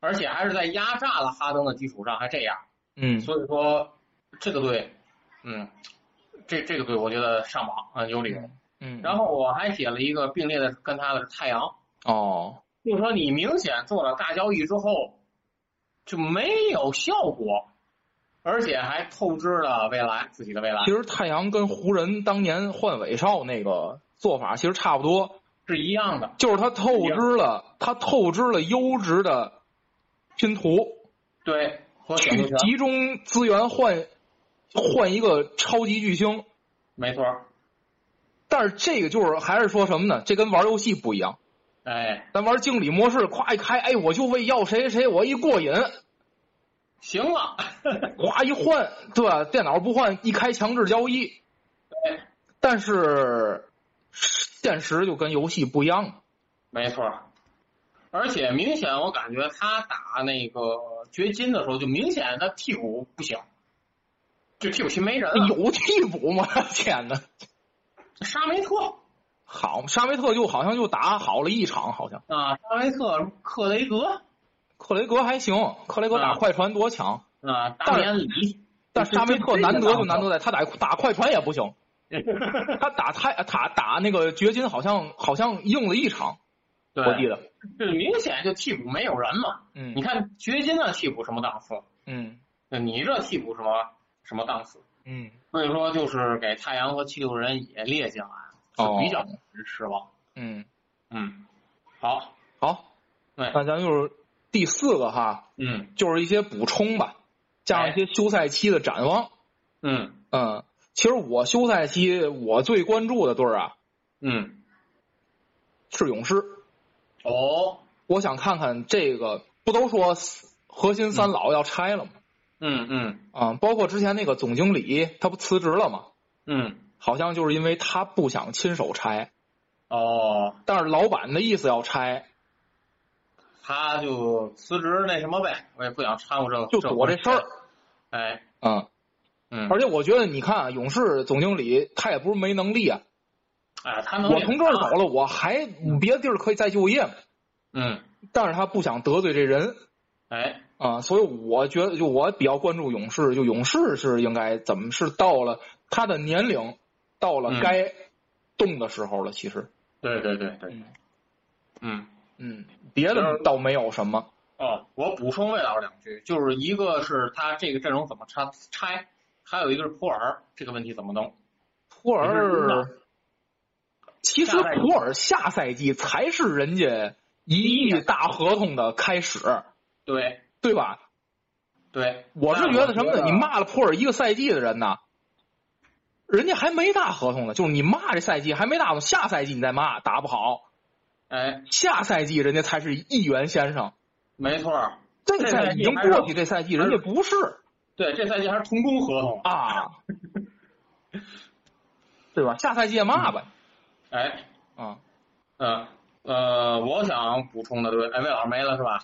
Speaker 4: 而且还是在压榨了哈登的基础上还这样，
Speaker 3: 嗯，
Speaker 4: 所以说这个队，嗯，这这个队我觉得上榜啊、有理。
Speaker 3: 嗯，
Speaker 4: 然后我还写了一个并列的跟他的是太阳，
Speaker 3: 哦，
Speaker 4: 就是说你明显做了大交易之后就没有效果，而且还透支了未来自己的未来
Speaker 3: 其。实太阳跟湖人当年换韦少那个做法其实差不多，
Speaker 4: 是一样的。
Speaker 3: 就是他透支了，他透支了优质的拼图，
Speaker 4: 对，和选
Speaker 3: 去
Speaker 4: 秀权
Speaker 3: 集中资源换换一个超级巨星，
Speaker 4: 没错儿。
Speaker 3: 但是这个就是还是说什么呢？这跟玩游戏不一样，
Speaker 4: 哎，
Speaker 3: 咱玩经理模式，夸一开，哎，我就为要谁谁，我一过瘾，
Speaker 4: 行了，
Speaker 3: 哗一换，对吧？电脑不换，一开强制交易。
Speaker 4: 对
Speaker 3: 但是现实就跟游戏不一样。
Speaker 4: 没错儿。而且明显，我感觉他打那个掘金的时候，就明显他替补不行，就替补席没人啊了。
Speaker 3: 有替补吗？天哪！
Speaker 4: 沙梅特
Speaker 3: 好，沙维特就好像就打好了一场，好像
Speaker 4: 啊，沙梅特、克雷格
Speaker 3: 克雷格还行，克雷格打
Speaker 4: 啊
Speaker 3: 快船多强，
Speaker 4: 啊，达米安里，
Speaker 3: 但沙维特
Speaker 4: 这
Speaker 3: 难得就难得在他打打快船也不行，他打太打打那个掘金好像好像硬了一场，
Speaker 4: 对，
Speaker 3: 我记得，
Speaker 4: 这明显就替补没有人嘛。
Speaker 3: 嗯
Speaker 4: 你看掘金的替补什么档次？
Speaker 3: 嗯
Speaker 4: 那你这替补什么什么档次？
Speaker 3: 嗯
Speaker 4: 所以说，就是给太阳和七六人也列进来，
Speaker 3: 哦
Speaker 4: 是比较让人失望。
Speaker 3: 嗯，
Speaker 4: 嗯，好，
Speaker 3: 好，
Speaker 4: 对
Speaker 3: 那咱就是第四个哈，
Speaker 4: 嗯
Speaker 3: 就是一些补充吧，加上一些休赛期的展望。
Speaker 4: 嗯
Speaker 3: 嗯，其实我休赛期我最关注的队儿啊
Speaker 4: 嗯，
Speaker 3: 是勇士，
Speaker 4: 哦，
Speaker 3: 我想看看这个不都说四核心三老要拆了吗？
Speaker 4: 嗯嗯
Speaker 3: 啊、包括之前那个总经理他不辞职了吗？
Speaker 4: 嗯，
Speaker 3: 好像就是因为他不想亲手拆，
Speaker 4: 哦，
Speaker 3: 但是老板的意思要拆，
Speaker 4: 他就辞职那什么呗，我也不想掺和这
Speaker 3: 就躲这事儿。。
Speaker 4: 哎，
Speaker 3: 嗯，
Speaker 4: 嗯，
Speaker 3: 而且我觉得你看啊，勇士总经理他也不是没能力啊，
Speaker 4: 哎，他能
Speaker 3: 我从这儿走了，
Speaker 4: 了。
Speaker 3: 我还别的地儿可以再就业嘛，
Speaker 4: 嗯，
Speaker 3: 但是他不想得罪这人。
Speaker 4: 哎，
Speaker 3: 啊，所以我觉得就我比较关注勇士，就勇士是应该怎么是到了他的年龄，到了
Speaker 4: 嗯
Speaker 3: 该动的时候了。其实，
Speaker 4: 对对对对
Speaker 3: 嗯，
Speaker 4: 嗯，
Speaker 3: 嗯，别的倒没有什么。
Speaker 4: 哦，我补充魏老师两句，就是一个是他这个阵容怎么拆拆，还有一个是普尔这个问题怎么弄。
Speaker 3: 普
Speaker 4: 你
Speaker 3: 尔，其实
Speaker 4: 下赛季
Speaker 3: 普尔下赛季才是人家一亿大合同的开始，
Speaker 4: 对
Speaker 3: 对吧？
Speaker 4: 对，
Speaker 3: 我是
Speaker 4: 但
Speaker 3: 觉得什么呢？
Speaker 4: 觉啊
Speaker 3: 你骂了普尔一个赛季的人呢，人家还没大合同呢，就是你骂这赛季还没大合同，下赛季你再骂打不好，
Speaker 4: 哎，
Speaker 3: 下赛季人家才是一元先生，
Speaker 4: 没错儿，
Speaker 3: 这
Speaker 4: 这
Speaker 3: 赛
Speaker 4: 赛
Speaker 3: 季
Speaker 4: 季
Speaker 3: 已经
Speaker 4: 还是
Speaker 3: 过去，这赛季人家不是
Speaker 4: 对，这赛季还是同工合同，
Speaker 3: 啊，对吧？下赛季再骂呗，
Speaker 4: 哎，
Speaker 3: 啊，
Speaker 4: 嗯呃，我想补充的对，哎，魏老师没了是吧？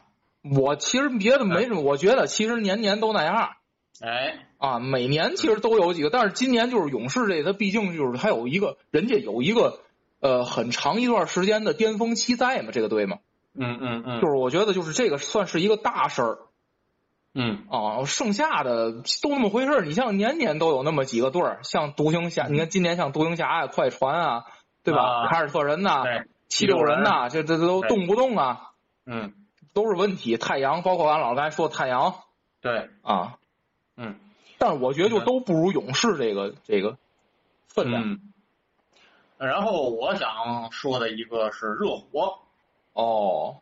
Speaker 3: 我其实别的没什么，我觉得其实年年都那样。
Speaker 4: 哎，
Speaker 3: 啊，每年其实都有几个，但是今年就是勇士这，它毕竟就是它有一个人家有一个呃很长一段时间的巅峰期在嘛，这个队嘛，
Speaker 4: 嗯嗯嗯，
Speaker 3: 就是我觉得就是这个算是一个大事儿
Speaker 4: 嗯
Speaker 3: 啊，剩下的都那么回事儿。你像年年都有那么几个队儿，像独行侠，你看今年像独行侠啊、快船啊，对吧？
Speaker 4: 啊
Speaker 3: 凯尔特人呐、
Speaker 4: 对
Speaker 3: 七六人呐、这这这都
Speaker 4: 对
Speaker 3: 动不动啊，
Speaker 4: 嗯，
Speaker 3: 都是问题。太阳，包括俺老刚才说的太阳
Speaker 4: 对，
Speaker 3: 啊，
Speaker 4: 嗯
Speaker 3: 但是我觉得就
Speaker 4: 嗯
Speaker 3: 都不如勇士这个这个分量。
Speaker 4: 嗯。然后我想说的一个是热火，
Speaker 3: 哦，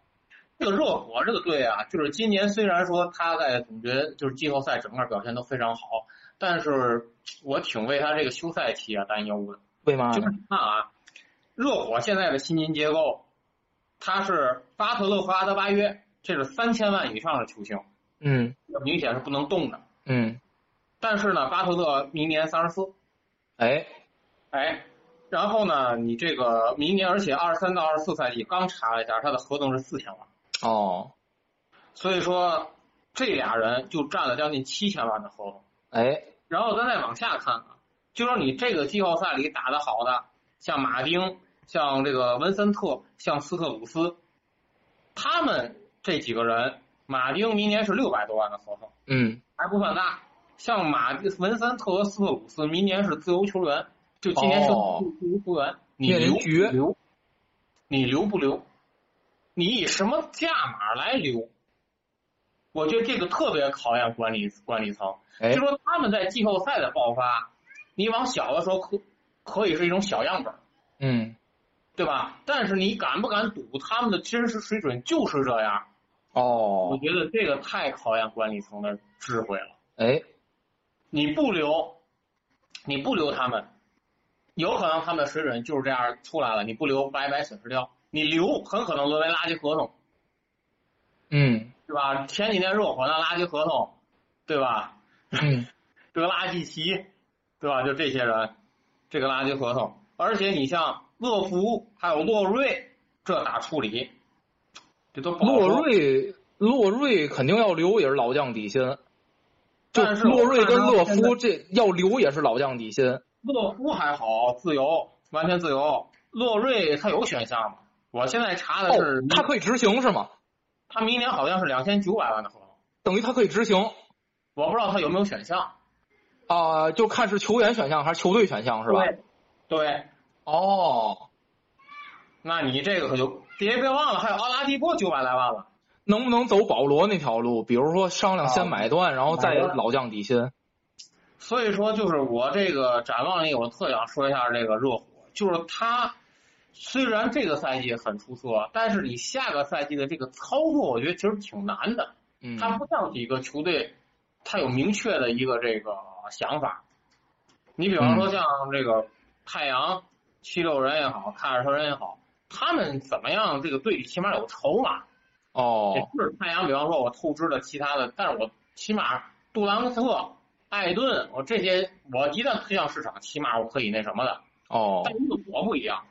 Speaker 4: 这个热火这个队啊，就是今年虽然说他在总决就是季后赛整个表现都非常好，但是我挺为他这个休赛期啊担忧的。
Speaker 3: 为嘛
Speaker 4: 就是
Speaker 3: 呢？
Speaker 4: 你看啊，热火现在的薪金结构，他是巴特勒和阿德巴约，这是三千万以上的球星，
Speaker 3: 嗯
Speaker 4: 明显是不能动的。
Speaker 3: 嗯，
Speaker 4: 但是呢，巴特勒明年三十四，
Speaker 3: 哎，
Speaker 4: 哎，然后呢，你这个明年，而且二三到二四赛季刚查了一下，他的合同是四千万，
Speaker 3: 哦，
Speaker 4: 所以说这俩人就占了将近七千万的合同。
Speaker 3: 哎，
Speaker 4: 然后咱再往下看啊，就说你这个季后赛里打得好的，像马丁、像这个文森特、像斯特鲁斯，他们这几个人，马丁明年是六百多万的合同，
Speaker 3: 嗯，
Speaker 4: 还不算大。像马文森特和斯特鲁斯明年是自由球员，就今年是自
Speaker 3: 哦
Speaker 4: 自由球员，你
Speaker 3: 面临
Speaker 4: 留
Speaker 3: 绝
Speaker 4: 不留？你留不留？你以什么价码来留？我觉得这个特别考验管理管理层。
Speaker 3: 哎
Speaker 4: 就，说他们在季后赛的爆发，你往小的时候可可以是一种小样本，
Speaker 3: 嗯，
Speaker 4: 对吧？但是你敢不敢赌他们的真实水准就是这样？我
Speaker 3: 哦，
Speaker 4: 觉得这个太考验管理层的智慧了。
Speaker 3: 哎，
Speaker 4: 你不留，你不留他们，有可能他们的水准就是这样出来了，你不留白白损失掉。你留很可能沦为垃圾合同，
Speaker 3: 嗯
Speaker 4: 对吧？前几天热火那垃圾合同，对吧？
Speaker 3: 嗯，
Speaker 4: 德拉季奇，对吧？就这些人，这个垃圾合同。而且你像乐福还有洛瑞，这咋处理？这都不好说
Speaker 3: 洛，瑞，洛瑞肯定要留，也是老将底薪。就
Speaker 4: 但是
Speaker 3: 洛
Speaker 4: 我
Speaker 3: 瑞跟
Speaker 4: 看到
Speaker 3: 勒
Speaker 4: 现在
Speaker 3: 夫这要留也是老将底薪。
Speaker 4: 乐福还好，自由，完全自由。洛瑞他有选项吗？我现在查的
Speaker 3: 哦
Speaker 4: 是，，
Speaker 3: 他可以执行是吗？
Speaker 4: 他明年好像是两千九百万的合同，
Speaker 3: 等于他可以执行
Speaker 4: 我不知道他有没有选项，
Speaker 3: 啊、就看是球员选项还是球队选项是吧？
Speaker 4: 对？对，
Speaker 3: 哦，
Speaker 4: 那你这个可就别别忘了，还有奥拉迪波九百来万了。
Speaker 3: 能不能走保罗那条路？比如说商量先
Speaker 4: 啊
Speaker 3: 买断，然后再
Speaker 4: 买断
Speaker 3: 老将底薪。
Speaker 4: 所以说，就是我这个展望里，我特想说一下这个热火，就是他虽然这个赛季很出色，但是你下个赛季的这个操作，我觉得其实挺难的。
Speaker 3: 嗯，
Speaker 4: 他不像几个球队，他有明确的一个这个想法。你比方说像这个太阳、七六人也好，凯尔特人也好，他们怎么样？这个队里起码有筹码，也
Speaker 3: 哦，
Speaker 4: 就是太阳，比方说我透支了其他的，但是我起码杜兰特、艾顿，我这些我一旦推向市场，起码我可以那什么的。
Speaker 3: 哦
Speaker 4: 但，热火不一样，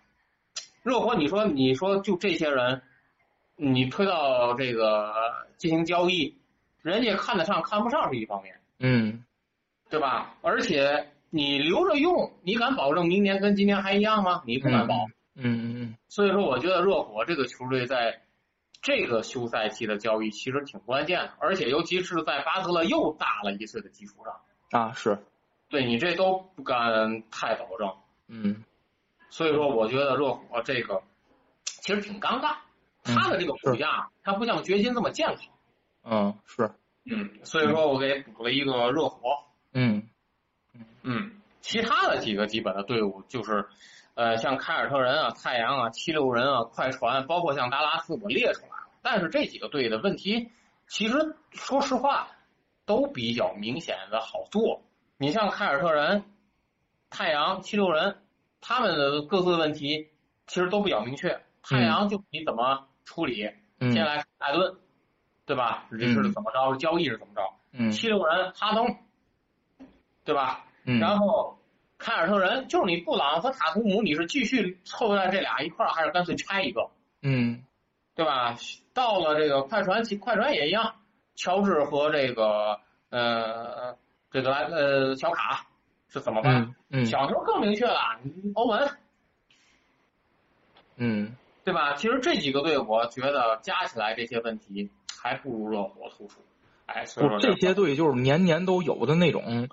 Speaker 4: 热火你说你说就这些人，你推到这个进行交易，人家看得上看不上是一方面，
Speaker 3: 嗯，
Speaker 4: 对吧？而且你留着用，你敢保证明年跟今年还一样吗？你不敢保。
Speaker 3: 嗯嗯嗯，
Speaker 4: 所以说，我觉得热火这个球队在这个休赛期的交易其实挺关键的，而且尤其是在巴特勒又大了一岁的基础上，
Speaker 3: 啊是，
Speaker 4: 对你这都不敢太保证。
Speaker 3: 嗯
Speaker 4: 所以说，我觉得热火这个其实挺尴尬，他的这个股价它不像掘金这么健康，
Speaker 3: 嗯，是，
Speaker 4: 嗯，所以说我给补了一个热火。
Speaker 3: 嗯
Speaker 4: 嗯，其他的几个基本的队伍就是，呃，像凯尔特人啊、太阳啊、七六人啊、快船，包括像达拉斯，我列出来了。但是这几个队的问题，其实说实话都比较明显的好做。你像凯尔特人、太阳、七六人，他们的各自问题其实都比较明确。太阳就你怎么处理，
Speaker 3: 嗯
Speaker 4: 先来看艾顿，对吧？这是怎么着？交易是怎么着？
Speaker 3: 嗯
Speaker 4: 七六人哈登，对吧？
Speaker 3: 嗯，
Speaker 4: 然后凯尔特人就是你布朗和塔图姆，你是继续凑在这俩一块儿，还是干脆拆一个，
Speaker 3: 嗯
Speaker 4: 对吧？到了这个快船，其快船也一样，乔治和这个呃这个莱呃小卡是怎么办？
Speaker 3: 嗯嗯
Speaker 4: 小牛更明确了，欧文
Speaker 3: 嗯
Speaker 4: 对吧？其实这几个队，我觉得加起来这些问题还不如热火突出。哎，所以
Speaker 3: 不
Speaker 4: 说
Speaker 3: 是这些队就是年年都有的那种，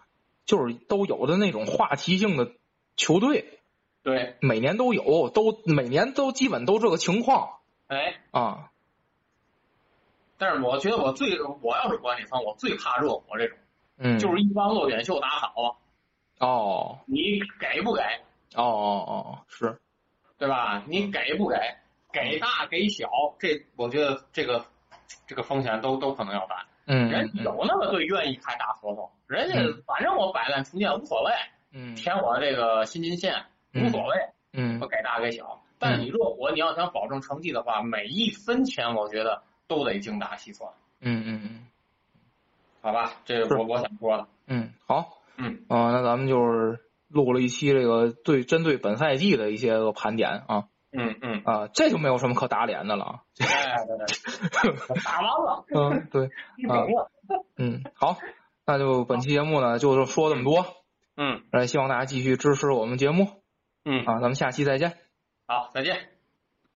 Speaker 3: 就是都有的那种话题性的球队，
Speaker 4: 对，
Speaker 3: 每年都有，都每年都基本都这个情况
Speaker 4: 哎，
Speaker 3: 啊。
Speaker 4: 但是我觉得我最我要是管理层，我最怕热火这种，
Speaker 3: 嗯，
Speaker 4: 就是一帮落点秀打啊好了，
Speaker 3: 哦
Speaker 4: 你给不给，
Speaker 3: 哦哦哦，是
Speaker 4: 对吧？你给不给，给大给小，这我觉得这个这个风险都都可能要担。
Speaker 3: 嗯
Speaker 4: 人有那个队愿意开大合同，人家
Speaker 3: 嗯
Speaker 4: 反正我摆烂重建无所谓，
Speaker 3: 嗯
Speaker 4: 填我这个薪金线无所谓，
Speaker 3: 嗯
Speaker 4: 我给大给小。但你热火，你要想保证成绩的话，每一分钱我觉得都得精打细算，
Speaker 3: 嗯嗯
Speaker 4: 好吧？这
Speaker 3: 是
Speaker 4: 我我想说的，
Speaker 3: 嗯，好，
Speaker 4: 嗯
Speaker 3: 啊、那咱们就是录了一期这个对针对本赛季的一些个盘点啊
Speaker 4: 嗯 嗯，
Speaker 3: 啊，这就没有什么可打脸的了 啊。
Speaker 4: 哎，对对 对打完了，
Speaker 3: 嗯，对，
Speaker 4: 你懂了，
Speaker 3: 嗯，好，那就本期节目呢，就是说这么多。
Speaker 4: 嗯
Speaker 3: 呃，希望大家继续支持我们节目
Speaker 4: 嗯，
Speaker 3: 啊，咱们下期再见。
Speaker 4: 好，再见。